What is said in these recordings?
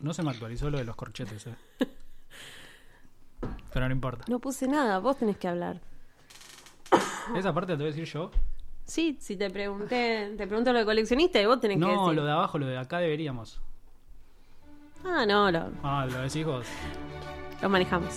No se me actualizó lo de los corchetes, eh. Pero no importa. No puse nada, vos tenés que hablar. Esa parte te voy a decir yo. Sí, si te pregunté, te pregunto lo de coleccionista y vos tenés que No, decir. lo de abajo, lo de acá deberíamos. Ah, no, lo, Ah, lo decís vos. lo manejamos.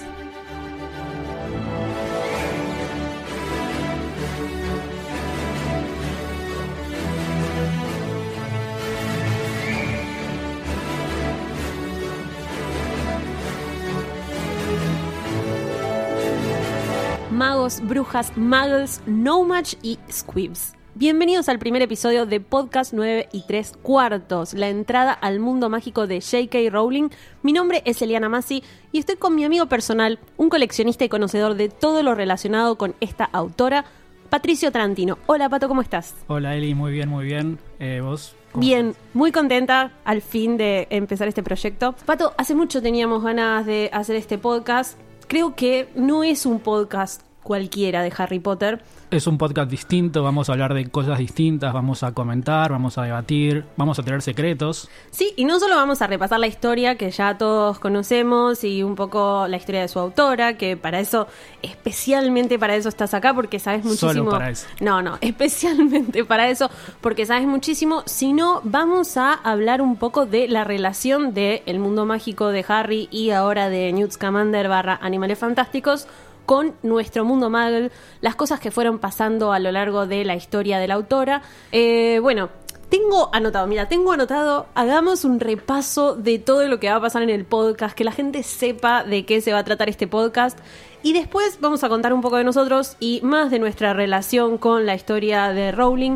magos, brujas, muggles, no match y squibs. Bienvenidos al primer episodio de Podcast 9 y 3 cuartos, la entrada al mundo mágico de J.K. Rowling. Mi nombre es Eliana Masi y estoy con mi amigo personal, un coleccionista y conocedor de todo lo relacionado con esta autora, Patricio Trantino. Hola Pato, ¿cómo estás? Hola Eli, muy bien, muy bien. Eh, ¿Vos? ¿Cómo Bien, muy contenta al fin de empezar este proyecto. Pato, hace mucho teníamos ganas de hacer este podcast. Creo que no es un podcast cualquiera de Harry Potter. Es un podcast distinto, vamos a hablar de cosas distintas, vamos a comentar, vamos a debatir, vamos a tener secretos. Sí, y no solo vamos a repasar la historia que ya todos conocemos y un poco la historia de su autora, que para eso, especialmente para eso estás acá, porque sabes muchísimo. Solo para eso. No, no, especialmente para eso, porque sabes muchísimo. Sino vamos a hablar un poco de la relación del el mundo mágico de Harry y ahora de Newt Scamander barra Animales Fantásticos con nuestro mundo muggle, las cosas que fueron pasando a lo largo de la historia de la autora. Eh, bueno, tengo anotado, mira, tengo anotado, hagamos un repaso de todo lo que va a pasar en el podcast, que la gente sepa de qué se va a tratar este podcast. Y después vamos a contar un poco de nosotros y más de nuestra relación con la historia de Rowling.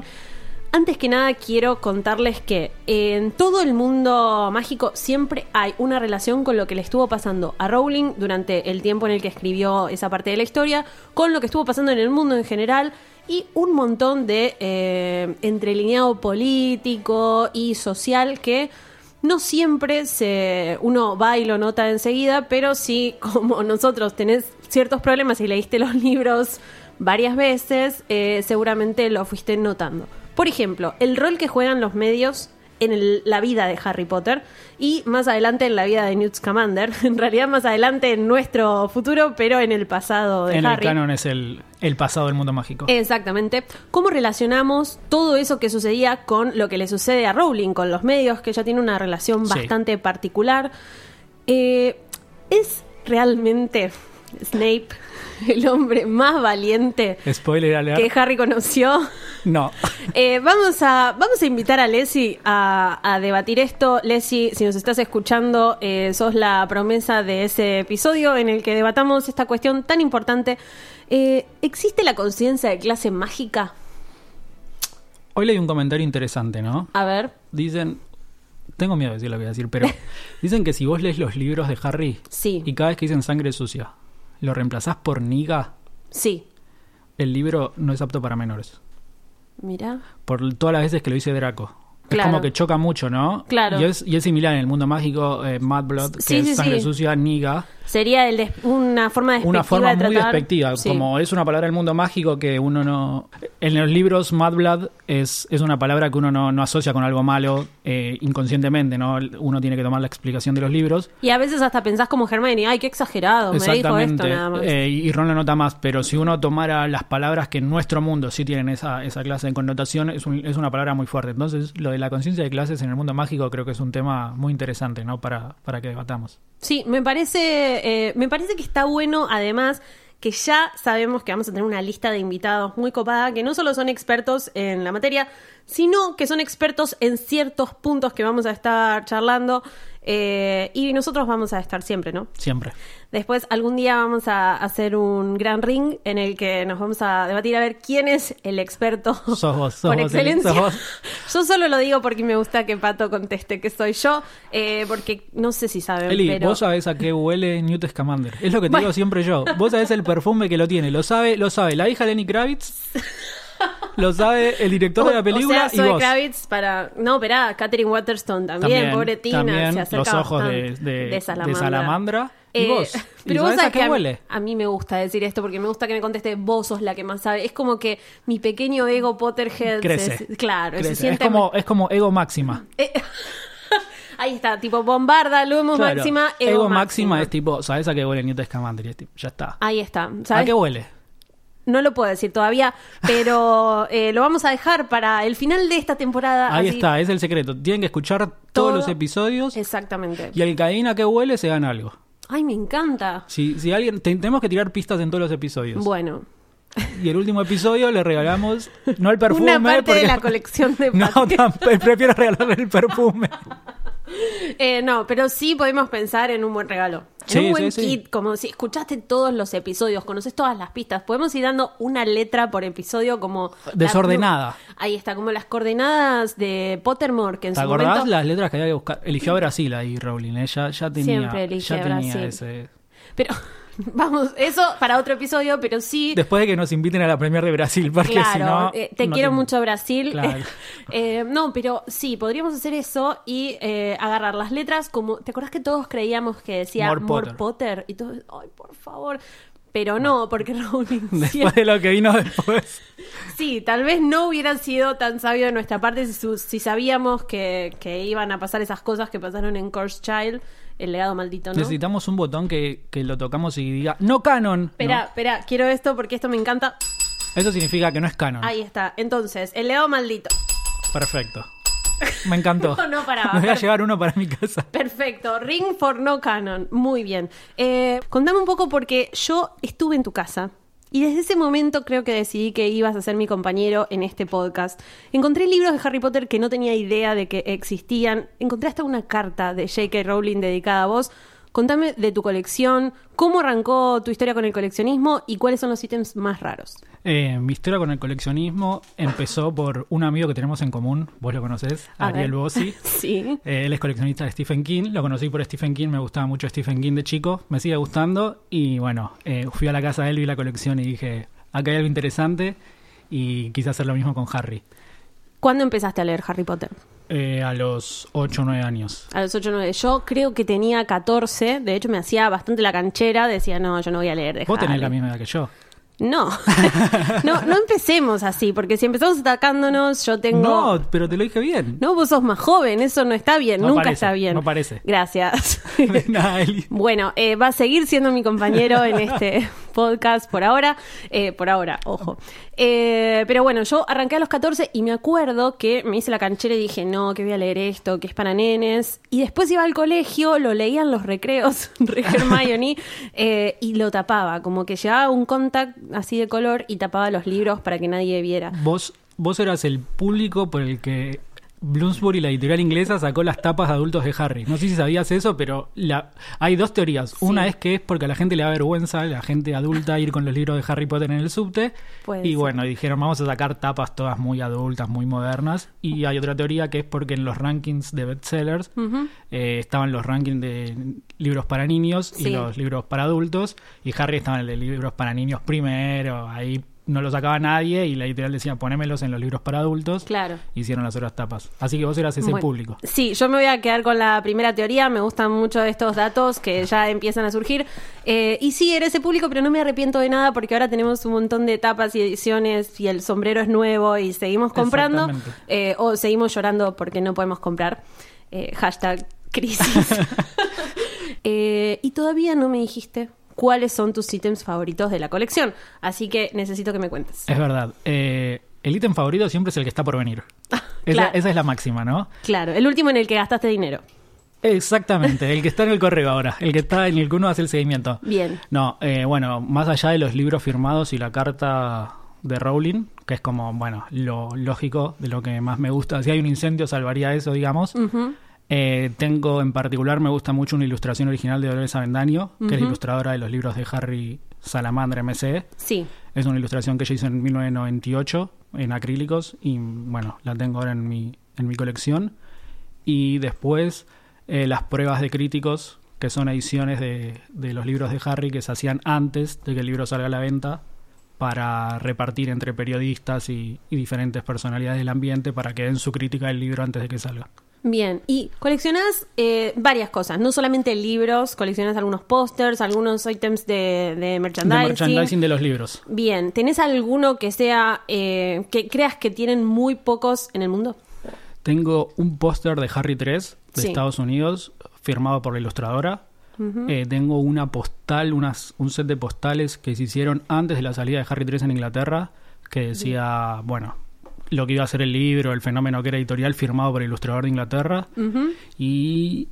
Antes que nada quiero contarles que en todo el mundo mágico siempre hay una relación con lo que le estuvo pasando a Rowling durante el tiempo en el que escribió esa parte de la historia, con lo que estuvo pasando en el mundo en general y un montón de eh, entrelineado político y social que no siempre se, uno va y lo nota enseguida, pero sí, como nosotros tenés ciertos problemas y leíste los libros varias veces, eh, seguramente lo fuiste notando. Por ejemplo, el rol que juegan los medios en el- la vida de Harry Potter y más adelante en la vida de Newt Scamander. En realidad, más adelante en nuestro futuro, pero en el pasado de En el Harry. canon es el, el pasado del mundo mágico. Exactamente. ¿Cómo relacionamos todo eso que sucedía con lo que le sucede a Rowling, con los medios, que ya tiene una relación Sí. bastante particular? Eh, es realmente Snape el hombre más valiente Spoiler alert. Eh, que Harry conoció. No. Eh, vamos, a, vamos a invitar a Leslie a, a debatir esto. Leslie, si nos estás escuchando, eh, sos la promesa de ese episodio en el que debatamos esta cuestión tan importante. Eh, ¿Existe la conciencia de clase mágica? Hoy leí un comentario interesante, ¿no? A ver, Dicen. Tengo miedo de decir lo que voy a decir, pero. Dicen que si vos lees los libros de Harry sí, y cada vez que dicen sangre sucia, lo reemplazás por niga, sí. el libro no es apto para menores. Mira, por todas las veces que lo dice Draco. Claro. Es como que choca mucho, ¿no? Claro. Y es, y es similar en el mundo mágico, eh, Mad Blood, que Sí, es sí, sangre sí. sucia, niga. sería el des- una forma despectiva Una forma de muy tratar- despectiva, Sí. como es una palabra del mundo mágico que uno no... En los libros, Mad Blood es, es una palabra que uno no, no asocia con algo malo eh, inconscientemente, ¿no? Uno tiene que tomar la explicación de los libros. Y a veces hasta pensás como Hermione, ay, qué exagerado, me dijo esto nada más. Eh, y Ron lo nota más, pero si uno tomara las palabras que en nuestro mundo sí tienen esa, esa clase de connotación, es, un- es una palabra muy fuerte. Entonces, lo de la conciencia de clases en el mundo mágico creo que es un tema muy interesante, ¿no? Para, para que debatamos. Sí, me parece, eh, me parece que está bueno, además, que ya sabemos que vamos a tener una lista de invitados muy copada, que no solo son expertos en la materia, sino que son expertos en ciertos puntos que vamos a estar charlando. eh, y nosotros vamos a estar siempre, ¿no? Siempre. Después algún día vamos a hacer un gran ring en el que nos vamos a debatir a ver quién es el experto Sos vos, sos por vos, excelencia. sos vos. Yo solo lo digo porque me gusta que Pato conteste que soy yo, eh, porque no sé si saben, Eli, Eh, pero vos sabés a qué huele Newt Scamander. Es lo que te Bueno. digo siempre yo. Vos sabés el perfume que lo tiene. Lo sabe, lo sabe la hija de Lenny Kravitz, lo sabe el director de O- la película o sea, soy y vos. Kravitz para... No, pero Catherine Waterstone también, También, pobre Tina. también se acerca los ojos de- bastante. de- de Salamandra. Eh, Salamandra. ¿Y vos? ¿Y Pero sabés vos a sabés qué que a mí- huele? A, mí me gusta decir esto porque me gusta que me conteste vos sos la que más sabe. Es como que mi pequeño ego Potterhead... se- Crece. claro, Crece. se siente... Es como, es como ego máxima. Eh, Ay, ahí está, tipo bombarda, Lumos Claro. máxima, Ego, máxima, máxima. es tipo, ¿sabes a qué huele Newt Scamander? Y es tipo, ya está. Ahí está. ¿A ¿sabes? qué huele? No lo puedo decir todavía, pero eh, lo vamos a dejar para el final de esta temporada. Ahí Ah, así- está, es el secreto. Tienen que escuchar Todo. todos los episodios Exactamente. y el que adivina qué huele se gana algo. Ay, me encanta. Si, si alguien, te- tenemos que tirar pistas en todos los episodios. Bueno, Y el último episodio le regalamos, no el perfume, una parte porque- de la colección de No, paquetes. tamp- prefiero regalarle el perfume. Eh, no, pero sí podemos pensar en un buen regalo. En Sí, un buen sí, sí. kit, como si escuchaste todos los episodios, conoces todas las pistas. Podemos ir dando una letra por episodio como... la- Desordenada. ahí está, como las coordenadas de Pottermore, que en ¿Te su acordás momento... las letras que había que buscar? Eligió a Brasil ahí, Rowling. ¿eh? Ya, ya tenía, Siempre elige ya a tenía Brasil. ese. Pero, vamos, eso para otro episodio, pero sí... Después de que nos inviten a la Premier de Brasil, porque Claro, si no. eh, te no quiero tiene- mucho Brasil. Claro. Eh, no, pero sí, podríamos hacer eso y eh, agarrar las letras como... ¿Te acordás que todos creíamos que decía More More, Potter. Potter. Y todos, ay, por favor. Pero no, porque Rowling... Después siempre- de lo que vino después. Sí, tal vez no hubiera sido tan sabio de nuestra parte si, su- si sabíamos que, que iban a pasar esas cosas que pasaron en Curse Child, el legado maldito, ¿no? Necesitamos un botón que, que lo tocamos y diga, no canon. Espera, espera, quiero esto porque esto me encanta. No, Eso significa que no es canon. Ahí está. Entonces, el legado maldito. Perfecto. Me encantó. No, no, pará. Me voy a llevar uno para mi casa. Perfecto, Ring for No Canon. Muy bien. Eh, contame un poco porque yo estuve en tu casa y desde ese momento creo que decidí que ibas a ser mi compañero en este podcast. Encontré libros de Harry Potter que no tenía idea de que existían. Encontré hasta una carta de J.K. Rowling dedicada a vos. Contame de tu colección, cómo arrancó tu historia con el coleccionismo y cuáles son los ítems más raros. Eh, mi historia con el coleccionismo empezó por un amigo que tenemos en común. Vos lo conocés, A Ariel ver. Bossi. Sí. Eh, él es coleccionista de Stephen King, lo conocí por Stephen King, me gustaba mucho Stephen King de chico, me sigue gustando y bueno, eh, fui a la casa de él, vi la colección y dije, acá hay algo interesante y quise hacer lo mismo con Harry. ¿Cuándo empezaste a leer Harry Potter? Eh, a los 8 o 9 años. A los 8 o 9. Yo creo que tenía 14. De hecho, me hacía bastante la canchera. Decía, no, yo no voy a leer. Vos dejá". tenés la misma edad que yo. No. no. No empecemos así, porque si empezamos atacándonos, yo tengo. No, pero te lo dije bien. No, vos sos más joven. Eso no está bien. No Nunca parece, está bien. no parece. Gracias. De nada, Eli. Bueno, eh, va a seguir siendo mi compañero en este podcast por ahora, eh, por ahora, ojo. Eh, pero bueno, yo arranqué a los 14 y me acuerdo que me hice la canchera y dije, no, que voy a leer esto, que es para nenes. Y después iba al colegio, lo leía en los recreos, re Hermione, eh, y lo tapaba, como que llevaba un contact así de color y tapaba los libros para que nadie viera. Vos, vos eras el público por el que Bloomsbury, la editorial inglesa, sacó las tapas de adultos de Harry. No sé si sabías eso, pero la... hay dos teorías. Una es que es porque a la gente le da vergüenza, a la gente adulta, ir con los libros de Harry Potter en el subte. Puede y ser. bueno, dijeron, vamos a sacar tapas todas muy adultas, muy modernas. Y hay otra teoría que es porque en los rankings de bestsellers Ujú. eh, estaban los rankings de libros para niños y Sí. los libros para adultos. Y Harry estaba en el de libros para niños primero. Ahí no lo sacaba nadie y la editorial decía ponémelos en los libros para adultos. Claro. Hicieron las otras tapas. Así que vos eras ese Bueno, público. Sí, yo me voy a quedar con la primera teoría. Me gustan mucho estos datos que ya empiezan a surgir. Eh, y sí, era ese público, pero no me arrepiento de nada porque ahora tenemos un montón de tapas y ediciones y el sombrero es nuevo y seguimos comprando Exactamente. eh, o seguimos llorando porque no podemos comprar. Eh, hashtag crisis. Eh, y todavía no me dijiste cuáles son tus ítems favoritos de la colección. Así que necesito que me cuentes. Es verdad. Eh, el ítem favorito siempre es el que está por venir. Esa, Claro. esa es la máxima, ¿no? Claro, el último en el que gastaste dinero. Exactamente, el que está en el correo ahora, el que está en el que uno hace el seguimiento. Bien. No, eh, bueno, más allá de los libros firmados y la carta de Rowling, que es como, bueno, lo lógico de lo que más me gusta. Si hay un incendio, salvaría eso, digamos. Eh, tengo en particular, me gusta mucho una ilustración original de Dolores Avendaño, que es la ilustradora de los libros de Harry Salamandra MC. Sí. Es una ilustración que yo hice en 1998 en acrílicos y bueno, la tengo ahora en mi, en mi colección. Y después eh, las pruebas de críticos, que son ediciones de, de los libros de Harry que se hacían antes de que el libro salga a la venta para repartir entre periodistas y, y diferentes personalidades del ambiente para que den su crítica del libro antes de que salga. Bien, y coleccionás eh, varias cosas, no solamente libros, coleccionás algunos pósters, algunos ítems de, de De merchandising. merchandising de los libros. Bien, ¿tenés alguno que sea, eh, que creas que tienen muy pocos en el mundo? Tengo un póster de Harry 3 de Sí. Estados Unidos firmado por la ilustradora. Ujú. Eh, tengo una postal, unas, un set de postales que se hicieron antes de la salida de Harry 3 en Inglaterra, que decía, bueno, lo que iba a ser el libro, el fenómeno que era editorial, firmado por el ilustrador de Inglaterra. Ujú. Y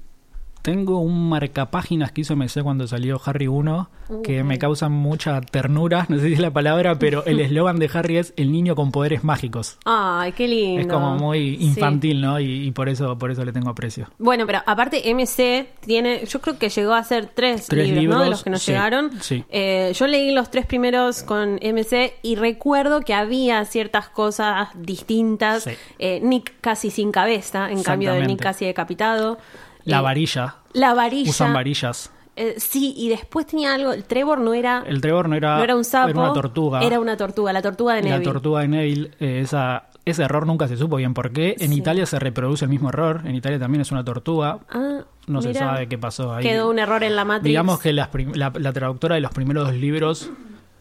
tengo un marcapáginas que hizo MC cuando salió Harry 1, que me causan mucha ternura, no sé si es la palabra, pero el eslogan de Harry es el niño con poderes mágicos. Ay, qué lindo. Es como muy Sí. infantil, ¿no? Y, y por eso por eso le tengo aprecio. Bueno, pero aparte MC tiene, yo creo que llegó a ser tres, Tres libros, ¿no? De libros, los que nos sí, llegaron. sí. Eh, yo leí los tres primeros con MC y recuerdo que había ciertas cosas distintas. Sí. Eh, Nick casi sin cabeza, en cambio de Nick Exactamente. casi decapitado. La Eh, varilla. La varilla. Usan varillas. Eh, sí, y después tenía algo, el Trevor no era, El Trevor no era, no era un sapo. era una tortuga. Era una tortuga, la tortuga de La Neville. tortuga de Neville, eh, esa, ese error nunca se supo bien por qué. En Sí. Italia se reproduce el mismo error. En Italia también es una tortuga. Ah, No se mira. sabe qué pasó ahí. Quedó un error en la matriz. Digamos que las prim- la, la traductora de los primeros dos libros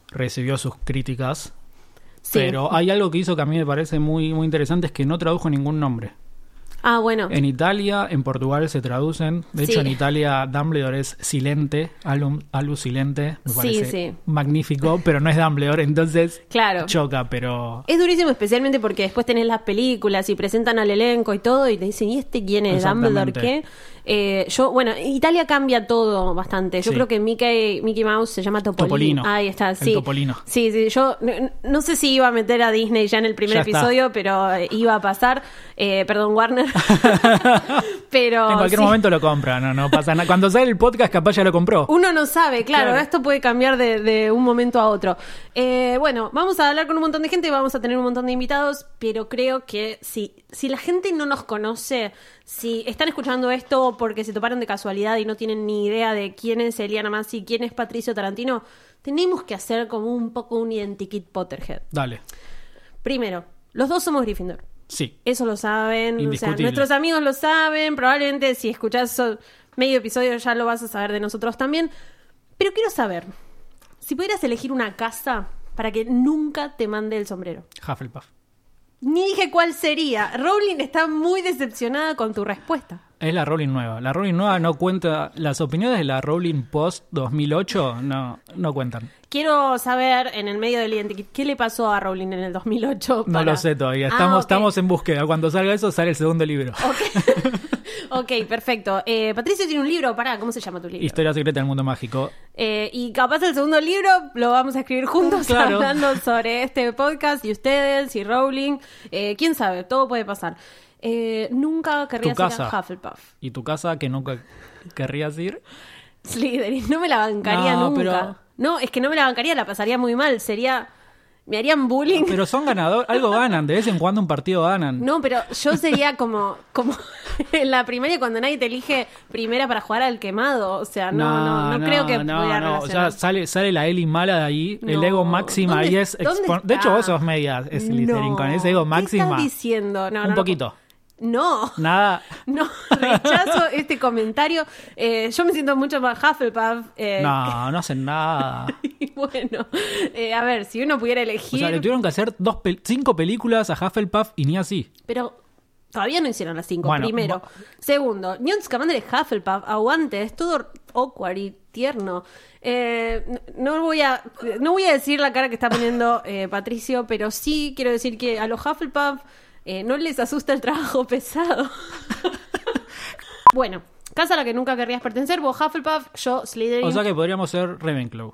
recibió sus críticas. Sí. Pero hay algo que hizo que a mí me parece muy, muy interesante, es que no tradujo ningún nombre. Ah, bueno. En Italia, en Portugal se traducen. De Sí. hecho, en Italia Dumbledore es Silente, Alum, Alu Silente. Me Sí, parece sí. magnífico, pero no es Dumbledore, entonces Claro. choca, pero... Es durísimo, especialmente porque después tenés las películas y presentan al elenco y todo, y te dicen, ¿y este quién es? ¿Dumbledore qué? Exactamente. Eh, yo, bueno, Italia cambia todo bastante. Yo Sí. creo que Mickey, Mickey Mouse se llama Topolino. Topolino. Ahí está, El sí. Topolino. Sí, sí, yo no, no sé si iba a meter a Disney ya en el primer Ya está. episodio, pero eh, iba a pasar. Eh, perdón, Warner. pero. en cualquier sí. momento lo compra, no, no pasa nada. Cuando sale el podcast, capaz ya lo compró. Uno no sabe, claro, Claro. esto puede cambiar de, de un momento a otro. Eh, bueno, vamos a hablar con un montón de gente, vamos a tener un montón de invitados, pero creo que si, si la gente no nos conoce, si están escuchando esto porque se toparon de casualidad y no tienen ni idea de quién es Eliana Masi, quién es Patricio Tarantino, tenemos que hacer como un poco un identikit Potterhead. Dale. Primero, los dos somos Gryffindor. Sí. Eso lo saben, o sea, Indiscutible. nuestros amigos lo saben, probablemente si escuchás so- medio episodio ya lo vas a saber de nosotros también. Pero quiero saber, si pudieras elegir una casa para que nunca te mande el sombrero. Hufflepuff. Ni dije cuál sería. Rowling está muy decepcionada con tu respuesta. Es la Rowling nueva. La Rowling nueva no cuenta. Las opiniones de la Rowling post 2008 no, no cuentan. Quiero saber, en el medio del identikit, ¿qué le pasó a Rowling en el 2008? No para- lo sé todavía. Ah, Estamos, ok. estamos en búsqueda. Cuando salga eso, sale el segundo libro. Ok, perfecto. Eh, Patricio tiene un libro, pará, ¿cómo se llama tu libro? Historia secreta del mundo mágico. Eh, y capaz el segundo libro lo vamos a escribir juntos Claro. hablando sobre este podcast y ustedes y Rowling. Eh, Quién sabe, todo puede pasar. Eh, nunca querría Tu ir a casa. Hufflepuff. ¿Y tu casa que nunca querrías ir? Slytherin, no me la bancaría No, nunca. pero- No, es que no me la bancaría, la pasaría muy mal. Sería. Me harían bullying. Pero son ganadores. Algo ganan. De vez en cuando un partido ganan. No, pero yo sería como, como en la primaria cuando nadie te elige primera para jugar al quemado. O sea, no, no, no, creo que pudiera no. O sea, relacionar. sale, sale la Eli mala de ahí, No. el ego máxima ahí ¿Dónde- es... dónde expo- De hecho, está? vos sos media Slytherin No. con ese ego ¿Qué máxima. estás diciendo? No, no, un no. poquito. No. Nada. No, rechazo este comentario. Eh, yo me siento mucho más Hufflepuff. eh, No, no hacen nada. y bueno, eh, a ver, si uno pudiera O elegir. sea, le tuvieron que hacer dos pel- cinco películas a Hufflepuff y ni así. Pero todavía no hicieron las cinco. Bueno, primero. va- Segundo, Newt Scamander es Hufflepuff. Aguante, es todo awkward y tierno. Eh, no, no voy a, no voy a decir la cara que está poniendo eh, Patricio, pero sí quiero decir que a los Hufflepuff eh, no les asusta el trabajo pesado. bueno. Casa a la que nunca querrías pertenecer, vos Hufflepuff, yo Slytherin. O sea que podríamos ser Ravenclaw.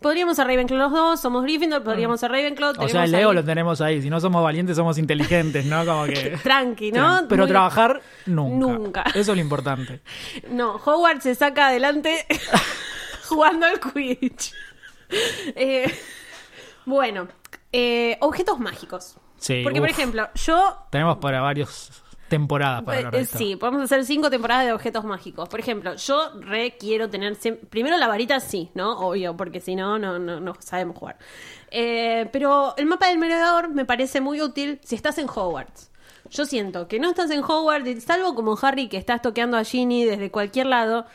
Podríamos ser Ravenclaw los dos, somos Gryffindor, podríamos ser Ravenclaw. Mm. O sea, tenemos el ego ahí- lo tenemos ahí. Si no somos valientes, somos inteligentes, ¿no? Como que... Tranqui, ¿no? Pero Muy- trabajar nunca. Nunca. Eso es lo importante. No, Howard se saca adelante jugando al Quidditch. Eh, bueno, eh, objetos mágicos. Sí, Porque, por uf. ejemplo, yo... Tenemos para varias temporadas para hablar de eh, esto. sí, podemos hacer cinco temporadas de objetos mágicos. Por ejemplo, yo re quiero tener... siem- Primero la varita sí, ¿no? Obvio, porque si no, no, no, no sabemos jugar. Eh, pero el mapa del merodeador me parece muy útil si estás en Hogwarts. Yo siento que no estás en Hogwarts, y salvo como Harry que estás toqueando a Ginny desde cualquier lado.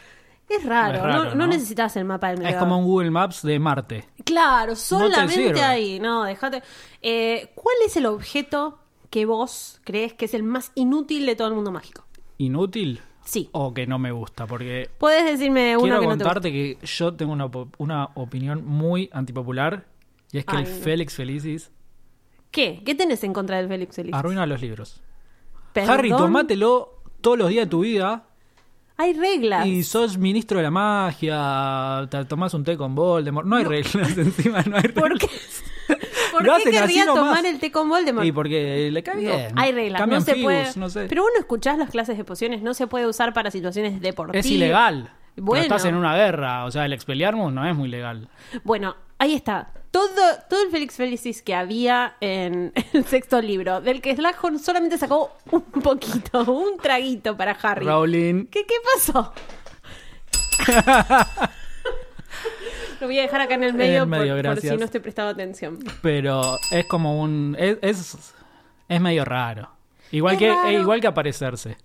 Es raro, Es raro, no, no ¿no? necesitas el mapa del Es merodeador. como un Google Maps de Marte. Claro, solamente sirve. ahí. No, déjate. Eh, ¿Cuál es el objeto que vos crees que es el más inútil de todo el mundo mágico? ¿Inútil? Sí. O que no me gusta, porque Puedes decirme uno quiero que no te gusta. contarte que yo tengo una, op- una opinión muy antipopular y es que Ay, el no. Félix Felicis ¿Qué? ¿Qué tenés en contra del Félix Feliz? arruina los libros. Perdón. Harry, tomátelo todos los días de tu vida Hay reglas. y sos ministro de la magia, te tomás un té con Voldemort. No hay reglas encima, no hay reglas. ¿Por qué? Lo ¿Por qué hacen así querría nomás. tomar el té con Voldemort? Y porque le cae No, bien. hay reglas, Cambian no se fibus, puede. no sé. Pero uno escuchás las clases de pociones, no se puede usar para situaciones deportivas. es ilegal. Bueno. Pero estás en una guerra, o sea, el expeliarmus no es muy legal. Bueno, ahí está. Todo, todo el Félix Felicis que había en el sexto libro, del que Slughorn solamente sacó un poquito, un traguito para Harry. Rowling. ¿Qué, qué pasó? Lo voy a dejar acá en el medio, el medio, por, por si gracias. no estoy prestado atención. Pero es como un. Es, es, es medio raro. Igual Es que, raro. eh, igual que aparecerse.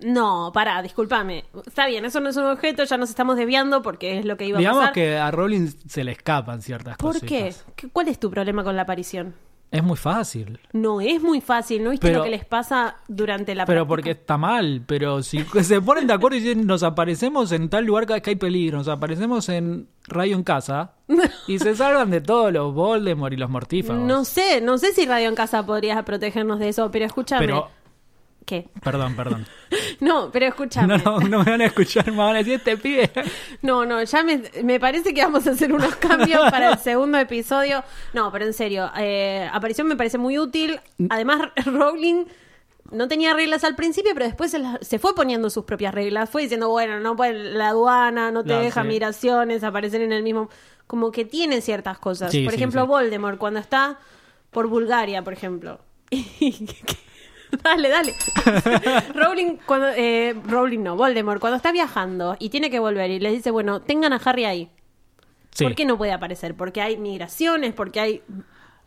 No, pará, discúlpame. Está bien, eso no es un objeto, ya nos estamos desviando porque es lo que iba a Digamos pasar. que a Rowling se le escapan ciertas ¿Por cosas. qué? ¿Qué- ¿Cuál es tu problema con la aparición? Es muy fácil. No es muy fácil, ¿no viste Pero- lo que les pasa durante la Pero práctica? porque está mal. Pero si se ponen de acuerdo y dicen, nos aparecemos en tal lugar cada vez que hay peligro, nos aparecemos en Radio en Casa. Y se salvan de todos los Voldemort y los mortífagos. No sé, no sé si Radio en Casa podrías protegernos de eso, pero escúchame. Pero- ¿Qué? Perdón, perdón. No, pero No, escúchame. no, no me van a escuchar, me van a decir este pibe. No, no, ya me, me parece que vamos a hacer unos cambios para el segundo episodio. No, pero en serio, eh, aparición me parece muy útil. Además, Rowling no tenía reglas al principio, pero después se, las- se fue poniendo sus propias reglas. Fue diciendo, bueno, no puede la aduana, no te No, deja sí. migraciones, aparecer en el mismo... Como que tiene ciertas cosas. Sí, por sí, ejemplo, sí. Voldemort, cuando está por Bulgaria, por ejemplo. Dale, dale. Rowling, cuando, eh, Rowling no, Voldemort, cuando está viajando y tiene que volver y les dice, bueno, tengan a Harry ahí. Sí. ¿Por qué no puede aparecer? Porque hay migraciones, porque hay Eh,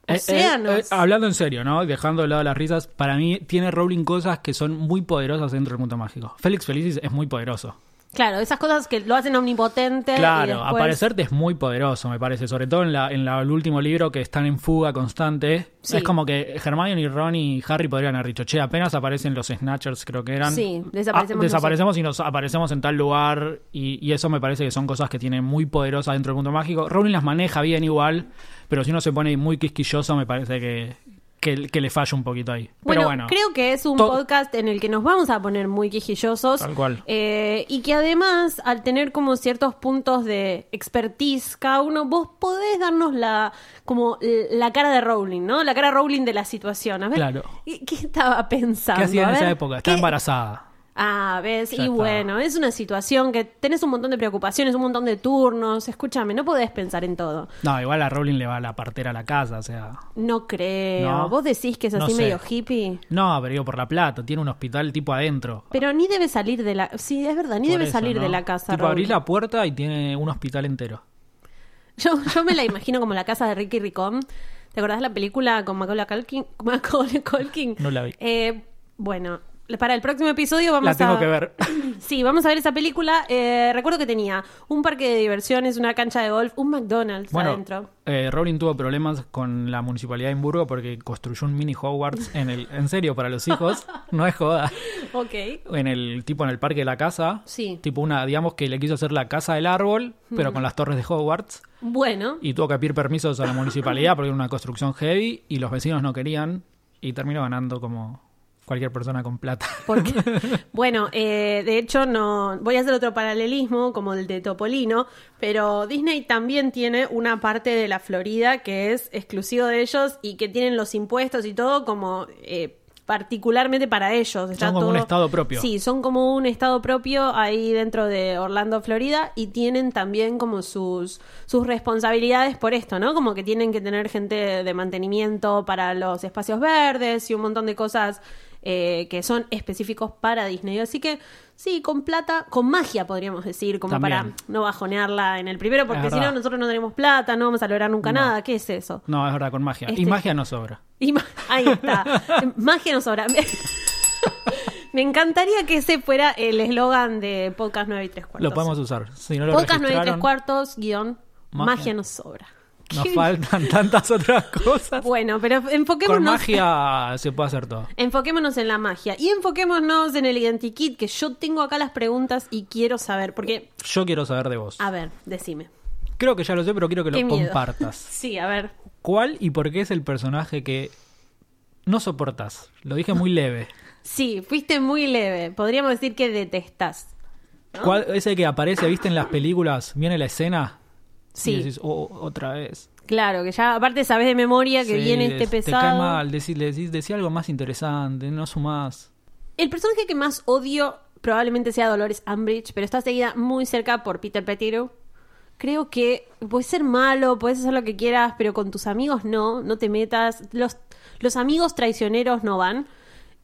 eh, océanos. eh, hablando en serio, ¿no? Dejando de lado las risas, para mí tiene Rowling cosas que son muy poderosas dentro del mundo mágico. Félix Felicis es muy poderoso. Claro, esas cosas que lo hacen omnipotente. y Claro, después- aparecerte es muy poderoso, me parece. Sobre todo en, la, en la- el último libro que están en fuga constante. Sí. Es como que Hermione y Ron y Harry podrían haber dicho, che, apenas aparecen los Snatchers, creo que eran. Ah, Sí, desaparecemos desaparecemos y nos aparecemos en tal lugar. Y, y eso me parece que son cosas que tienen muy poderosas dentro del mundo mágico. Rowling las maneja bien igual, pero si uno se pone muy quisquilloso, me parece que, que, que le falla un poquito ahí. Bueno, pero bueno. creo que es un to- podcast en el que nos vamos a poner muy quejillosos. Tal cual. Eh, y que además, al tener como ciertos puntos de expertise cada uno, vos podés darnos la como l- la cara de Rowling, ¿no? La cara de Rowling de la situación. A ver, Claro. ¿qué, qué estaba pensando? ¿Qué hacía en A esa ver, época? Está ¿qué- embarazada. Ah, ves, Ya y está. bueno, es una situación que tenés un montón de preocupaciones, un montón de turnos. Escúchame, no podés pensar en todo. No, igual a Rowling le va la partera a la casa, o sea. No creo. No. Vos decís que es No así sé. medio hippie. No, pero digo por la plata, tiene un hospital tipo adentro. Pero ni debe salir de la. Sí, es verdad, ni Por debe eso, salir ¿no? de la casa. Tipo, Raúl. abrís la puerta y tiene un hospital entero. Yo, yo me la imagino como la casa de Ricky Ricón. ¿Te acordás la película con Macaulay Culkin? Macaulay Culkin? No la vi. Eh, bueno, para el próximo episodio vamos la tengo a. que ver. Sí, vamos a ver esa película. Eh, recuerdo que tenía un parque de diversiones, una cancha de golf, un McDonald's adentro. Bueno, eh, Rowling tuvo problemas con la municipalidad de Edimburgo porque construyó un mini Hogwarts en el, en serio, para los hijos, no es joda. Ok. En el tipo en el parque de la casa, Sí. Mm. tipo una, digamos que le quiso hacer la casa del árbol, pero con las torres de Hogwarts. Bueno, Y tuvo que pedir permisos a la municipalidad porque era una construcción heavy y los vecinos no querían y terminó ganando como cualquier persona con plata. porque, bueno, eh, de hecho no voy a hacer otro paralelismo como el de Topolino, pero Disney también tiene una parte de la Florida que es exclusivo de ellos y que tienen los impuestos y todo como eh, particularmente para ellos. Está Son como un todo- estado propio. Sí, son como un estado propio ahí dentro de Orlando, Florida, y tienen también como sus, sus responsabilidades por esto, ¿no? Como que tienen que tener gente de mantenimiento para los espacios verdes y un montón de cosas eh, que son específicos para Disney. Así que sí, con plata, con magia podríamos decir, como También. para no bajonearla en el primero, porque Es si no, verdad. nosotros no tenemos plata, no vamos a lograr nunca No. nada. ¿Qué es eso? No, es verdad, con magia. Este- Y magia no sobra. Y ma- ahí está. Magia nos sobra. Me- Me encantaría que ese fuera el eslogan de Podcast 9 y 3 cuartos. Lo podemos usar. Si no lo Podcast 9 y 3 registraron, cuartos, guión, magia, Magia. nos sobra. Nos faltan tantas otras cosas. Bueno, pero enfoquémonos. Con magia se puede hacer todo. Enfoquémonos en la magia y enfoquémonos en el identikit, que yo tengo acá las preguntas y quiero saber, porque... Yo quiero saber de vos. A ver, decime. Creo que ya lo sé, pero quiero que Qué lo miedo. compartas. Sí, a ver. ¿Cuál y por qué es el personaje que no soportas? Lo dije muy leve. Sí, fuiste muy leve. Podríamos decir que detestás. ¿Cuál, ese que aparece, viste, en las películas, viene la escena y Sí, decís, oh, otra vez. claro, que ya aparte sabes de memoria que Sí, viene este des- Te cae pesado. mal, decís, le decís, decí algo más interesante, no sumás. El personaje que más odio probablemente sea Dolores Umbridge, pero está seguida muy cerca por Peter Pettigrew. Creo que puedes ser malo, puedes hacer lo que quieras, pero con tus amigos no, no te metas. Los, los amigos traicioneros no van.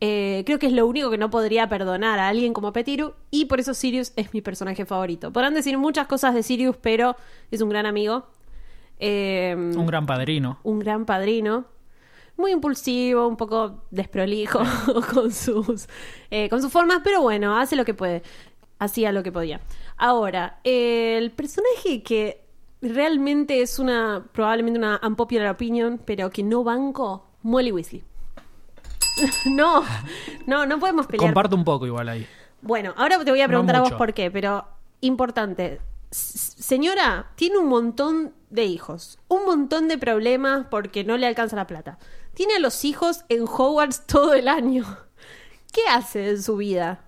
Eh, creo que es lo único que no podría perdonar a alguien como Petiru y por eso Sirius es mi personaje favorito. Podrán decir muchas cosas de Sirius, pero es un gran amigo. Eh, Un gran padrino. un gran padrino. Muy impulsivo, un poco desprolijo con sus, eh, con sus formas, pero bueno, hace lo que puede. Hacía lo que podía. Ahora, eh, el personaje que realmente es una, probablemente una unpopular opinion, pero que no banco, Molly Weasley. no, no, no podemos pelear. Comparto un poco igual ahí. Bueno, ahora te voy a No preguntar a vos mucho. por qué, pero importante. S- Señora, tiene un montón de hijos, un montón de problemas porque no le alcanza la plata. Tiene a los hijos en Hogwarts todo el año. ¿Qué hace en su vida?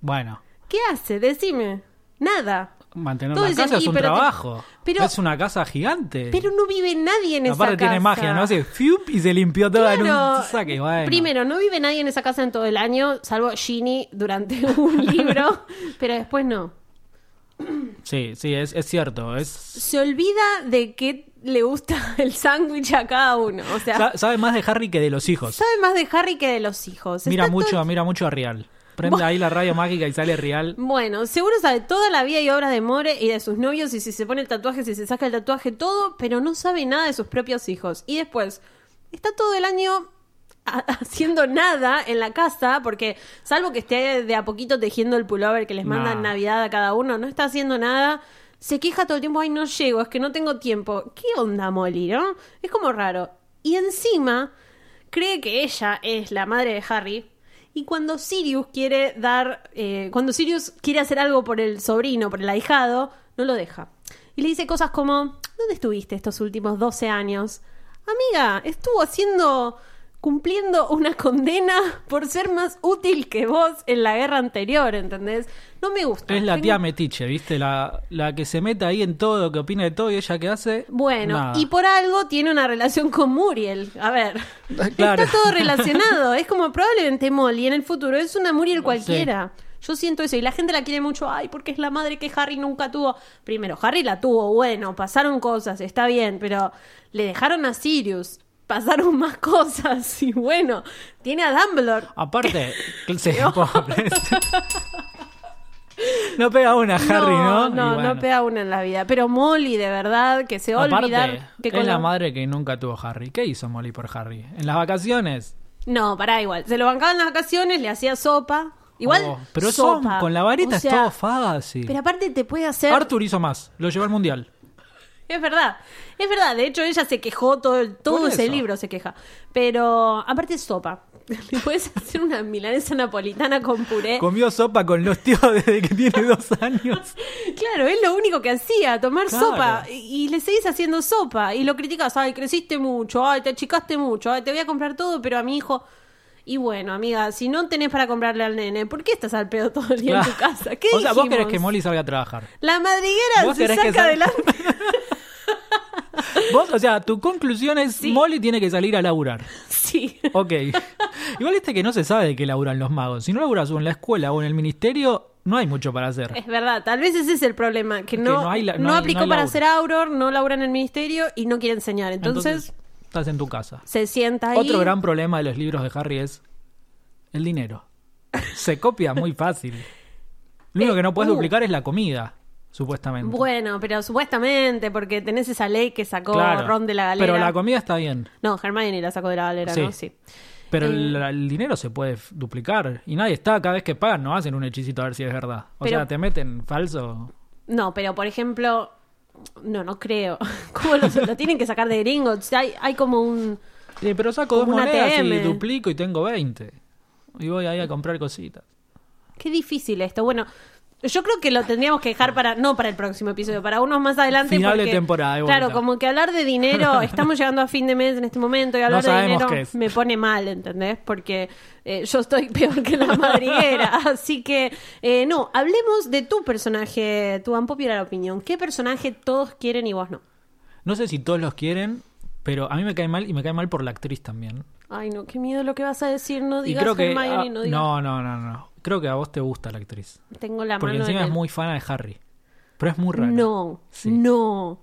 Bueno, ¿Qué hace? Decime. Nada. mantener Todos la dicen, casa es "Y, un pero te- trabajo. pero- es una casa gigante. Pero no vive nadie en Aparte esa casa. tiene magia, ¿no? Hace fiup y se limpió toda en Claro. un saque. Bueno. Primero, no vive nadie en esa casa en todo el año, salvo Ginny durante un libro, pero después no. Sí, sí, es, es cierto. Es, se olvida de qué le gusta el sándwich a cada uno. O sea, sa- sabe más de Harry que de los hijos. sabe más de Harry que de los hijos. Mira Está todo- mucho, mira mucho a Real. Prende ahí la radio mágica y sale Real. Bueno, seguro sabe toda la vida y obra de More y de sus novios y si se pone el tatuaje, si se saca el tatuaje, todo, pero no sabe nada de sus propios hijos. Y después, está todo el año ha- haciendo nada en la casa, porque salvo que esté de a poquito tejiendo el pullover que les manda en Nah. Navidad a cada uno, no está haciendo nada. Se queja todo el tiempo, ay, no llego, es que no tengo tiempo. ¿Qué onda, Molly, no? Es como raro. Y encima, cree que ella es la madre de Harry. Y cuando Sirius quiere dar. eh, cuando Sirius quiere hacer algo por el sobrino, por el ahijado, no lo deja. Y le dice cosas como: ¿Dónde estuviste estos últimos 12 años? Amiga, estuvo haciendo. cumpliendo una condena por ser más útil que vos en la guerra anterior, ¿entendés? No me gusta. Es la Tengo- tía metiche, ¿viste? La, la que se mete ahí en todo, que opina de todo y ella que hace. Bueno, Nada. y por algo tiene una relación con Muriel. A ver, Claro. está todo relacionado. Es como probablemente Molly en el futuro es una Muriel cualquiera. Yo siento eso y la gente la quiere mucho. Ay, porque es la madre que Harry nunca tuvo. Primero, Harry la tuvo, bueno, pasaron cosas, está bien, pero le dejaron a Sirius, pasaron más cosas y bueno, tiene a Dumbledore. Aparte, sí, pobre. No pega una, Harry, ¿no? no, no, Y bueno. no pega una en la vida. Pero Molly, de verdad, que se va a Aparte, olvidar que es la la- madre que nunca tuvo Harry. ¿Qué hizo Molly por Harry? En las vacaciones. No, pará, igual. Se lo bancaban las vacaciones, le hacía sopa. Igual. Oh, pero eso, sopa. con la varita O sea, es todo fácil. Pero aparte te puede hacer. Arthur hizo más, lo llevó al mundial. Es verdad, es verdad. De hecho, ella se quejó todo, el- todo Por ese eso. libro, se queja. Pero aparte es sopa. Le puedes hacer una milanesa napolitana con puré. Comió sopa con los tíos desde que tiene dos años. Claro, es lo único que hacía, tomar Claro. sopa. Y, y le seguís haciendo sopa. Y lo criticas, ay, creciste mucho, ay, te achicaste mucho, ay, te voy a comprar todo, pero a mi hijo. Y bueno, amiga, si no tenés para comprarle al nene, ¿por qué estás al pedo todo el día en tu Claro. casa? ¿Qué o sea, vos dijimos? querés que Molly salga a trabajar. La madriguera Vos se querés que saca sal- adelante. Vos, o sea, tu conclusión es Molly tiene que salir a laburar. Sí. Ok. Igual este que no se sabe de qué laburan los magos. Si no laburas o en la escuela o en el ministerio, no hay mucho para hacer. Es verdad, tal vez ese es el problema, que no, no hay la- no no hay- no aplicó hay para laburo. ser Auror, no labura en el ministerio y no quiere enseñar. Entonces, estás en tu casa. se sienta ahí. Otro gran problema de los libros de Harry es el dinero. Se copia muy fácil. Lo único que no puedes uh. duplicar es la comida, supuestamente. Bueno, pero supuestamente, porque tenés esa ley que sacó Claro. Ron de la galera. Pero la comida está bien. No, Hermione la sacó de la galera, Sí. ¿no? Sí. Eh. Pero el, el dinero se puede f- duplicar. Y nadie está, cada vez que pagan, no hacen un hechicito a ver si es verdad. O Pero- sea, te meten falso. No, pero por ejemplo, No, no creo. ¿Cómo lo, lo tienen que sacar de Gringotts? Hay, hay como un... Sí, Eh, pero saco dos Como una monedas y ATM. duplico y tengo 20. Y voy Mm. ahí a comprar cositas. Qué difícil esto. Bueno, yo creo que lo tendríamos que dejar para, no para el próximo episodio, para unos más adelante. Final de porque, temporada, de vuelta. Claro, como que hablar de dinero, estamos llegando a fin de mes en este momento y hablar de sabemos dinero qué es. me pone mal, ¿entendés? Porque eh, yo estoy peor que la madriguera. Así que, eh, no, hablemos de tu personaje, tu unpopular opinión. ¿Qué personaje todos quieren y vos no? No sé si todos los quieren, pero a mí me cae mal y me cae mal por la actriz también. Ay, no, qué miedo lo que vas a decir. No Y digas creo que. Hermione, ah, no digas. no, no, no, no. Creo que a vos te gusta la actriz. Tengo la Porque mano encima en es el- muy fana de Harry. Pero es muy rara. No, Sí. no.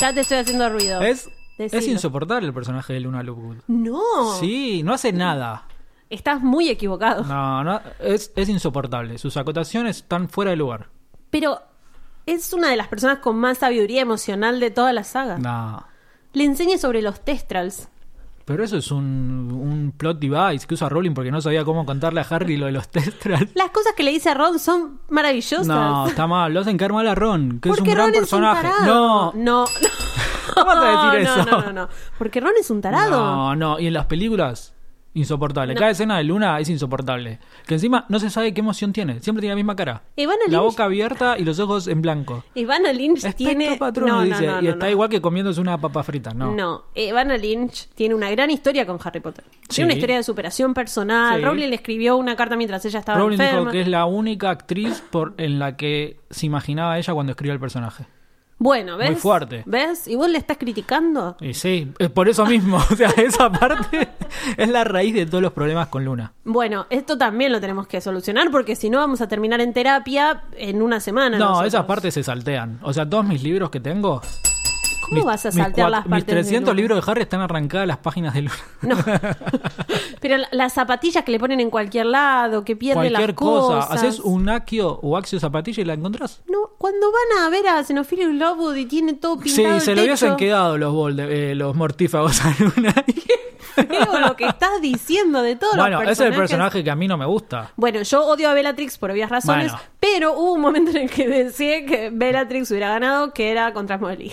ya te estoy haciendo ruido. Es, es Decilo. insoportable el personaje de Luna Lovegood. No. Sí, no hace nada. Estás muy equivocado. No, no, es, es insoportable. Sus acotaciones están fuera de lugar. Pero es una de las personas con más sabiduría emocional de toda la saga. No. Le enseña sobre los testrals. Pero eso es un, un plot device que usa Rowling porque no sabía cómo contarle a Harry lo de los testrals. Las cosas que le dice a Ron son maravillosas. No, está mal. Lo hacen caer mal a Ron, que es un Porque gran Ron personaje. es un no, tarado. no. ¿Cómo vas a decir No, eso? No, no, no. Porque Ron es un tarado. No, no, y en las películas, insoportable. Cada escena de Luna es insoportable. Que encima no se sabe qué emoción tiene, siempre tiene la misma cara. Ivana la Lynch- boca abierta y los ojos en blanco. Ivana Lynch Espectro tiene. patrón, no, no, dice, no, y no, está no. igual que comiéndose una papa frita, ¿no? No, Evana Lynch tiene una gran historia con Harry Potter. Sí. Tiene una historia de superación personal. Sí. Rowling le escribió una carta mientras ella estaba Rowling dijo enferma. que es la única actriz por, en la que se imaginaba ella cuando escribió el personaje. Bueno, Muy ¿ves? fuerte. ¿Ves? ¿Y vos le estás criticando? Y sí, es por eso mismo. o sea, esa parte es la raíz de todos los problemas con Luna. Bueno, esto también lo tenemos que solucionar porque si no vamos a terminar en terapia en una semana. No, nosotros. esas partes se saltean. O sea, todos mis libros que tengo. ¿Cómo mis- vas a mis saltear cuat- las Mis partes? de 300 Luna? libros de Harry están arrancadas las páginas de Luna. No. Pero la- las zapatillas que le ponen en cualquier lado, que pierden Cualquier las cosa. cosas. Haces un Akio o Axio zapatilla y la encontrás. No, cuando van a ver a Xenophilius Lobo y tiene todo Sí, pintado el se lo hubiesen techo. quedado los, Volde- eh, los mortífagos a Luna. Pero lo que estás diciendo de todos bueno, los personajes. ese es el personaje que a mí no me gusta. Bueno, yo odio a Bellatrix por obvias razones, Bueno. pero hubo un momento en el que deseé que Bellatrix hubiera ganado, que era contra Molly.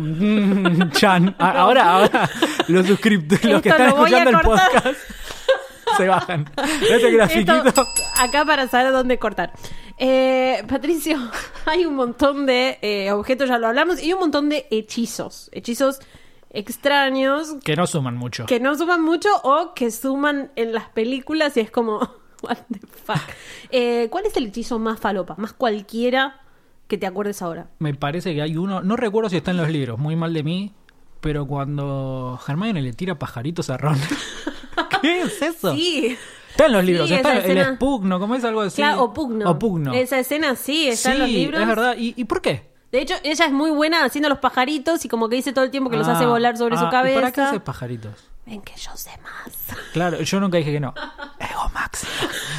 Mm, mm, Chan. A- Ahora, ahora, los suscriptores, los que Esto están lo voy a escuchando el cortar. podcast, se bajan. Este grafiquito. Esto, acá para saber dónde cortar. Eh, Patricio, hay un montón de eh, objetos, ya lo hablamos, y un montón de hechizos. Hechizos extraños Que no suman mucho. que no suman mucho o que suman en las películas y es como, what the fuck. Eh, ¿Cuál es el hechizo más falopa, más cualquiera que te acuerdes ahora? Me parece que hay uno, no recuerdo si está en los libros, muy mal de mí, pero cuando Hermione le tira pajaritos a Ron. ¿Qué es eso? Sí. Está en los libros, Sí, está esa el escena- espugno, ¿cómo es algo así? Claro, o Pugno. O pugno. Esa escena sí está sí, en los libros. es verdad. ¿Y, y por qué? De hecho, ella es muy buena haciendo los pajaritos y como que dice todo el tiempo que los Ah, hace volar sobre ah, su ¿y cabeza. ¿Para qué haces pajaritos? Ven que yo sé más. Claro, yo nunca dije que no. Ego Max.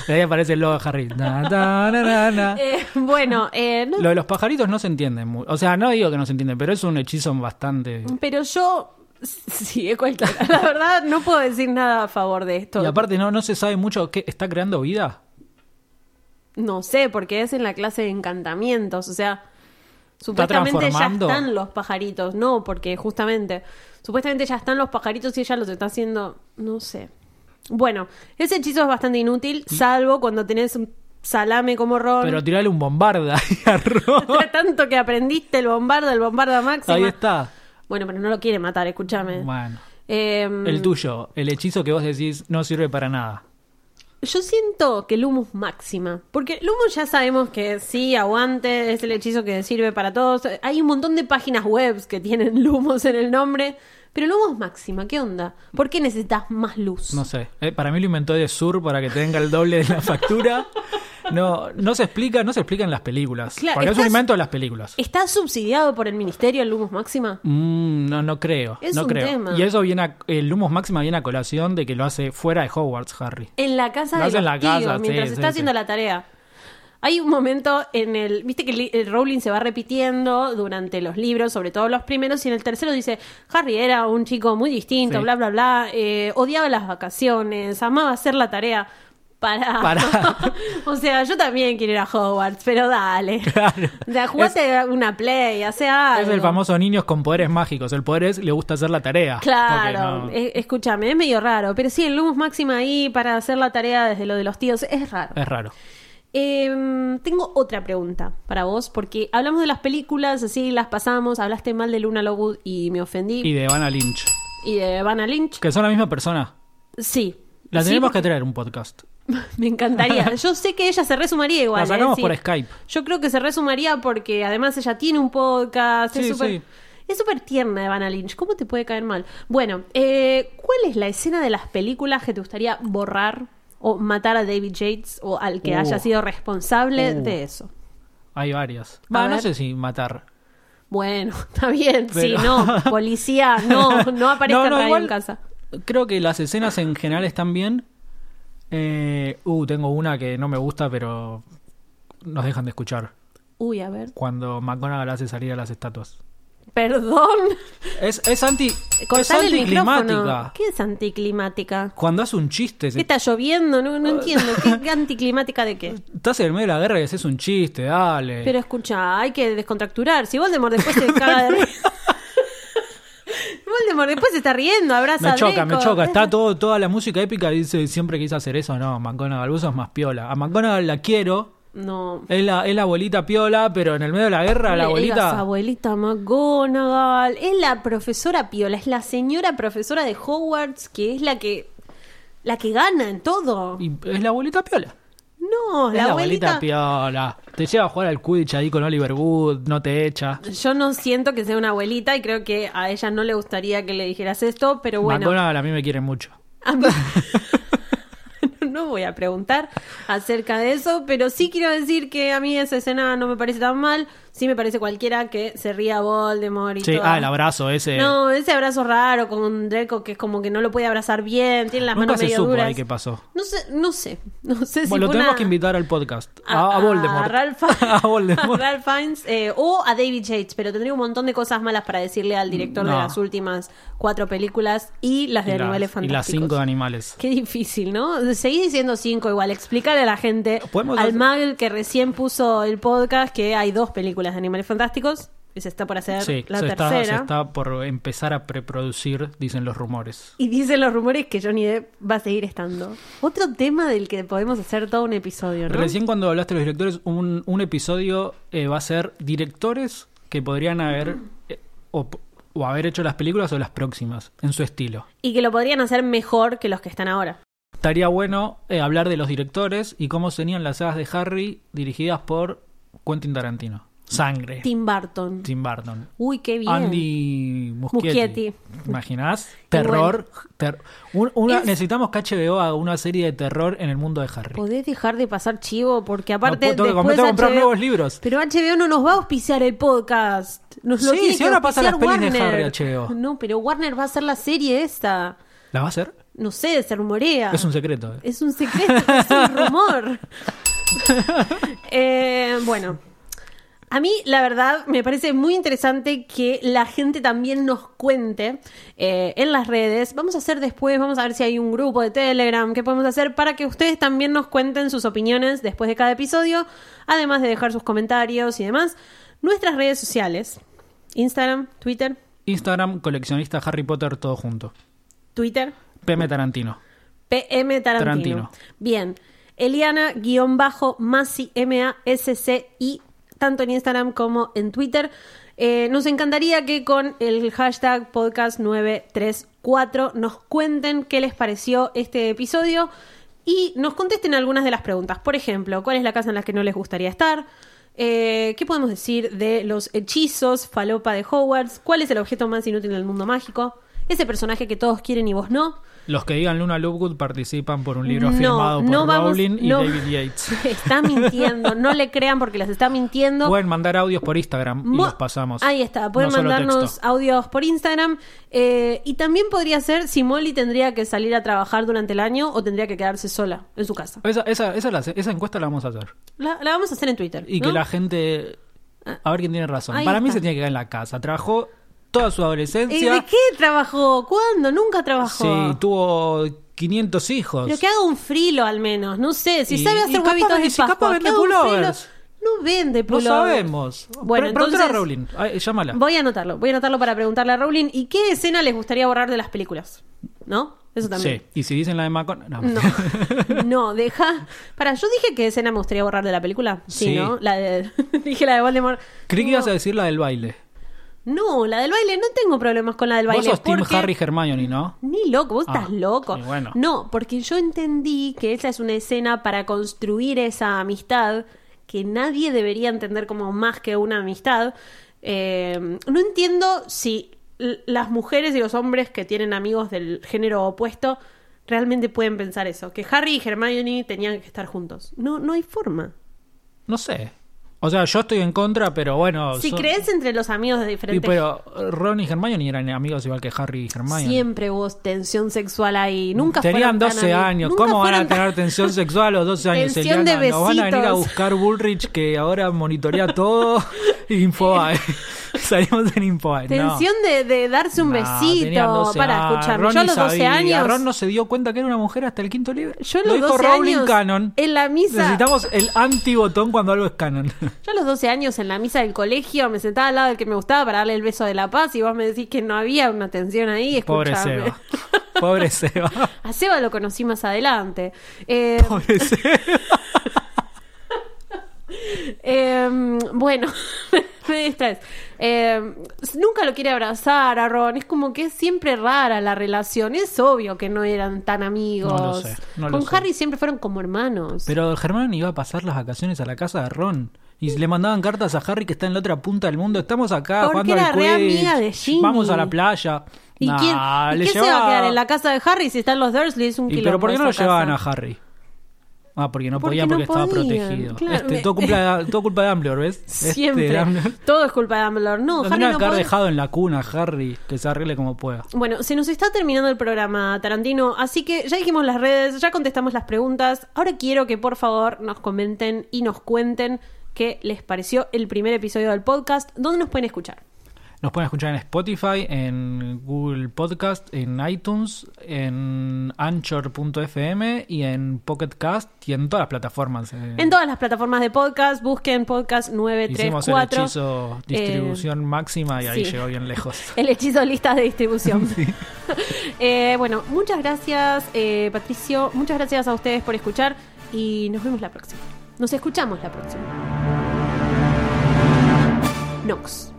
De ahí aparece el logo de Harry. Na, na, na, na, na. Eh, bueno, eh, no, Ah. Lo de los pajaritos no se entiende. mu- O sea, no digo que no se entiende, pero es un hechizo bastante... pero yo sí, es cualquiera. La verdad, no puedo decir nada a favor de esto. Y aparte no, no se sabe mucho qué está creando vida. No sé, porque es en la clase de encantamientos, o sea, supuestamente ya transformando? están los pajaritos, no, porque justamente, supuestamente ya están los pajaritos y ella los está haciendo, no sé. Bueno, ese hechizo es bastante inútil, salvo cuando tenés un salame como Ron. Mm. Pero tirarle un bombarda a Ron. Tanto que aprendiste el bombarda, el bombarda máxima. Ahí está. Bueno, pero no lo quiere matar, escúchame. Bueno. Em, El tuyo, el hechizo que vos decís no sirve para nada. Yo siento que Lumus máxima, porque Lumus ya sabemos que sí, aguante, es el hechizo que sirve para todos. Hay un montón de páginas web que tienen Lumos en el nombre, pero Lumus máxima, ¿qué onda? ¿Por qué necesitas más luz? No sé. Eh, para mí lo inventó de Sur para que tenga el doble de la factura. No, no se explica, no se explica en las películas. Claro, porque es un estás- invento de las películas. ¿Está subsidiado por el ministerio el Lumus máxima? Mm, no, no creo. Es no un creo. tema. Y eso viene a- el Lumos Máxima viene a colación de que lo hace fuera de Hogwarts, Harry. En la casa Lo de hace en los la casa, tíos, sí, mientras sí, está sí. haciendo la tarea. Hay un momento en el. Viste que el, li- el Rowling se va repitiendo durante los libros, sobre todo los primeros, y en el tercero dice: Harry era un chico muy distinto, Sí. bla, bla, bla. eh, odiaba las vacaciones, amaba hacer la tarea. para. Para. o sea, yo también quiero ir a Hogwarts, pero dale. O sea, jugate una play, hace Es algo. el famoso niños con poderes mágicos. El poder es le gusta hacer la tarea. Claro, Porque no- e- escúchame, es medio raro, pero sí, el Lumos Máxima ahí para hacer la tarea desde lo de los tíos es raro. es raro. Em, tengo otra pregunta para vos, porque hablamos de las películas, así las pasamos, hablaste mal de Luna Lovegood y me ofendí, Y de Vanna Lynch. y de Vanna Lynch. Que son la misma persona. Sí. La Sí, tenemos porque- que traer un podcast. Me encantaría. Yo sé que ella se resumaría igual. La sacamos ¿eh? Sí. por Skype. Yo creo que se resumaría porque además ella tiene un podcast. es Sí, súper sí. es súper tierna Evana Lynch. ¿Cómo te puede caer mal? Bueno, eh, ¿cuál es la escena de las películas que te gustaría borrar o matar a David Yates o al que Uh. haya sido responsable Uh. de eso? Hay varias. A Va, no ver. sé si matar. Bueno, está bien. Pero- Sí, no. Policía, no. No aparezca No, no, nadie igual- en casa. Creo que las escenas en general están bien. Eh, uh, tengo una que no me gusta, pero nos dejan de escuchar. Uy, a ver. Cuando McGonagall hace salir a las estatuas. Perdón. Es, es anti. Es Cortale el micrófono. anticlimática. ¿Qué es anticlimática? Cuando hace un chiste, se- ¿Qué está lloviendo? No, no entiendo. ¿Qué anticlimática de qué? estás en el medio de la guerra y haces un chiste, dale. Pero escucha, hay que descontracturar. Si Voldemort después se caga de risa. Voldemort después se está riendo, abraza me a choca, me Draco. choca. Está todo, toda la música épica. Dice siempre quise hacer eso. No, McGonagall, vos sos más piola. A McGonagall la quiero. No. Es la, es la abuelita piola, pero en el medio de la guerra, la Le digas abuelita. abuelita McGonagall. Es la profesora Piola, es la señora profesora de Hogwarts que es la que la que gana en todo. Y es la abuelita piola. No, Es la, abuelita, piola. Te lleva a jugar al Quidditch ahí con Oliver Wood, no te echa. Yo no siento que sea una abuelita y creo que a ella no le gustaría que le dijeras esto, pero bueno. McGonagall a mí me quiere mucho. A mí- no voy a preguntar acerca de eso, pero sí quiero decir que a mí esa escena no me parece tan mal. Sí me parece cualquiera que se ría a Voldemort y Sí, toda- ah, el abrazo ese. No, ese abrazo raro con Draco que es como que no lo puede abrazar bien, tiene las Nunca manos se medio supo duras. ahí qué pasó. No sé, no sé, no sé si Bueno, lo fue tenemos una- que invitar al podcast. A, a- a Voldemort. A Ralph, Fiennes- A Voldemort. a Ralph Fiennes, eh, o a David Yates, pero tendría un montón de cosas malas para decirle al director de No. las últimas cuatro películas y las de Y las- Animales y Fantásticos. las cinco de animales. Qué difícil, ¿no? Seguí diciendo cinco igual. Explícale a la gente, Podemos al hacer- Mag que recién puso el podcast, que hay dos películas de Animales Fantásticos. Y se está por hacer Sí, la se está, tercera. se está por empezar a preproducir, dicen los rumores. Y dicen los rumores que Johnny Depp va a seguir estando. Otro tema del que podemos hacer todo un episodio, ¿no? Recién cuando hablaste de los directores, un, un episodio eh, va a ser directores que podrían haber eh, o, o haber hecho las películas o las próximas, en su estilo. Y que lo podrían hacer mejor que los que están ahora. Estaría bueno eh, hablar de los directores y cómo serían las sagas de Harry dirigidas por Quentin Tarantino. Sangre. Tim Burton. Tim Burton. Uy, qué bien. Andy Muschietti. Muschietti. ¿Imaginás? Terror. ter- un- una, Es- Necesitamos que HBO haga una serie de terror en el mundo de Harry. Podés dejar de pasar chivo porque No, aparte Ah, puedo- tengo que después comenzar a comprar HBO nuevos libros. Pero HBO no nos va a auspiciar el podcast. Nos lo Sí, tiene si que ahora pasan las auspiciar pelis de Warner. Harry HBO. No, pero Warner va a hacer la serie esta. ¿La va a hacer? No sé, se rumorea. Es un secreto. eh. Es un secreto, es un rumor. Eh, bueno, a mí la verdad me parece muy interesante que la gente también nos cuente eh, en las redes. Vamos a hacer después, vamos a ver si hay un grupo de Telegram, qué podemos hacer para que ustedes también nos cuenten sus opiniones después de cada episodio, además de dejar sus comentarios y demás. Nuestras redes sociales, Instagram, Twitter, Instagram, coleccionista Harry Potter, todo junto. Twitter, PM Tarantino. PM Tarantino. Tarantino. Bien. Eliana, guión bajo, Masi, M-A-S-C-I, tanto en Instagram como en Twitter. Eh, nos encantaría que con el hashtag podcast934 nos cuenten qué les pareció este episodio y nos contesten algunas de las preguntas. Por ejemplo, ¿cuál es la casa en la que no les gustaría estar? Eh, ¿Qué podemos decir de los hechizos, falopa de Hogwarts? ¿Cuál es el objeto más inútil del mundo mágico? Ese personaje que todos quieren y vos no. Los que digan Luna Lovegood participan por un libro No, firmado por no vamos- Rowling y no. David Yates. Está mintiendo, no le crean porque las está mintiendo. Pueden mandar audios por Instagram y Mo- los pasamos. Ahí está, pueden No solo mandarnos texto. audios por Instagram. eh, y también podría ser si Molly tendría que salir a trabajar durante el año o tendría que quedarse sola en su casa. Esa, esa, esa, la- esa encuesta la vamos a hacer. La, la vamos a hacer en Twitter. Y ¿no? Eh, que la gente. A ver quién tiene razón. Ahí Para mí está. se tiene que quedar en la casa. Trabajó toda su Eh, adolescencia. ¿De qué trabajó? ¿Cuándo? Nunca trabajó. Sí, tuvo 500 hijos. Pero que haga un frilo al menos, no sé, si Y- sabe hacer y capaz huevitos vende- de si capaz Pascua, vende que haga un pullovers. frilo. No vende No pullovers. sabemos. Bueno, Pre- pregúntale a entonces- Rowling. Ay, llámala. Voy a anotarlo, voy a anotarlo para preguntarle a Rowling. ¿Y qué escena les gustaría borrar de las películas? ¿No? Eso Sí. también. Y si dicen la de Macon. No. No, no, deja. Para, yo dije que escena me gustaría borrar de la película. Sí, Sí. ¿no? La de... dije la de Voldemort. Creí que No. ibas a decir la del baile. No, la del baile, no tengo problemas con la del baile. Vos sos Team porque- Harry Hermione, ¿no? Ni loco, vos Ah, estás loco. y bueno. No, porque yo entendí que esa es una escena para construir esa amistad que nadie debería entender como más que una amistad. Eh, no entiendo si l- las mujeres y los hombres que tienen amigos del género opuesto realmente pueden pensar eso, que Harry y Hermione tenían que estar juntos. No, no hay forma. No sé. O sea, yo estoy en contra, pero bueno. Si son- crees entre los amigos de Y diferentes pero Ron y Hermione eran amigos igual que Harry y Hermione. Siempre hubo tensión sexual ahí. Nunca Tenían fueron tan 12 amigos. años. Nunca ¿Cómo van a fueron tan- tener tensión sexual a los 12 años? Tensión de Eliana? Nos van a venir a besitos. buscar Bullrich que ahora monitorea todo. Infobae. Salimos en Infobae. no. Tensión de, de darse un No, tenían besito. 12 Para, años. escucharme. Ron Yo a ni los 12 sabía. años. Ron no se dio cuenta que era una mujer hasta el quinto libro. Yo a Lo los dijo 12 Rowling años, Canon. en la misa- Necesitamos el antibotón cuando algo es canon. Yo a los 12 años en la misa del colegio me sentaba al lado del que me gustaba para darle el beso de la paz y vos me decís que no había una tensión ahí. Pobre Escuchame. Seba. Pobre Seba. A Seba lo conocí más adelante. Eh, Pobre Seba. eh, bueno, me distraes. Eh, nunca lo quiere abrazar a Ron. Es como que es siempre rara la relación. Es obvio que no eran tan amigos. No lo sé, no lo Con sé. Harry siempre fueron como hermanos. Pero Germán iba a pasar las vacaciones a la casa de Ron. Y le mandaban cartas a Harry que está en la otra punta del mundo. Estamos acá Porque jugando al era re Quidditch. amiga de Ginny. Vamos a la playa. ¿Y Nah, quién, y le quién se va a llevaba- quedar en la casa de Harry si están los Dursley? Es un ¿Y kilo. pero por qué no lo llevaban a Harry? Ah, porque no Porque podían no porque estaba podían, protegido. claro, Este, me- todo, culpa, todo culpa de Dumbledore, ¿ves? Este, Siempre. Dumbledore. Todo es culpa de Dumbledore. No, Lo Harry tendría no que haber puede- dejado en la cuna, Harry, que se arregle como pueda. Bueno, se nos está terminando el programa, Tarantino. Así que ya dijimos las redes, ya contestamos las preguntas. Ahora quiero que por favor nos comenten y nos cuenten qué les pareció el primer episodio del podcast. ¿Dónde nos pueden escuchar? Nos pueden escuchar en Spotify, en Google Podcast, en iTunes, en Anchor.fm y en Pocket Cast y en todas las plataformas. eh. En todas las plataformas de podcast, busquen podcast Hicimos 934. el hechizo distribución máxima y ahí eh, sí. llegó bien lejos. El hechizo de listas de distribución. Eh, bueno, muchas gracias, eh, Patricio. Muchas gracias a ustedes por escuchar y nos vemos la próxima. Nos escuchamos la próxima. Nox.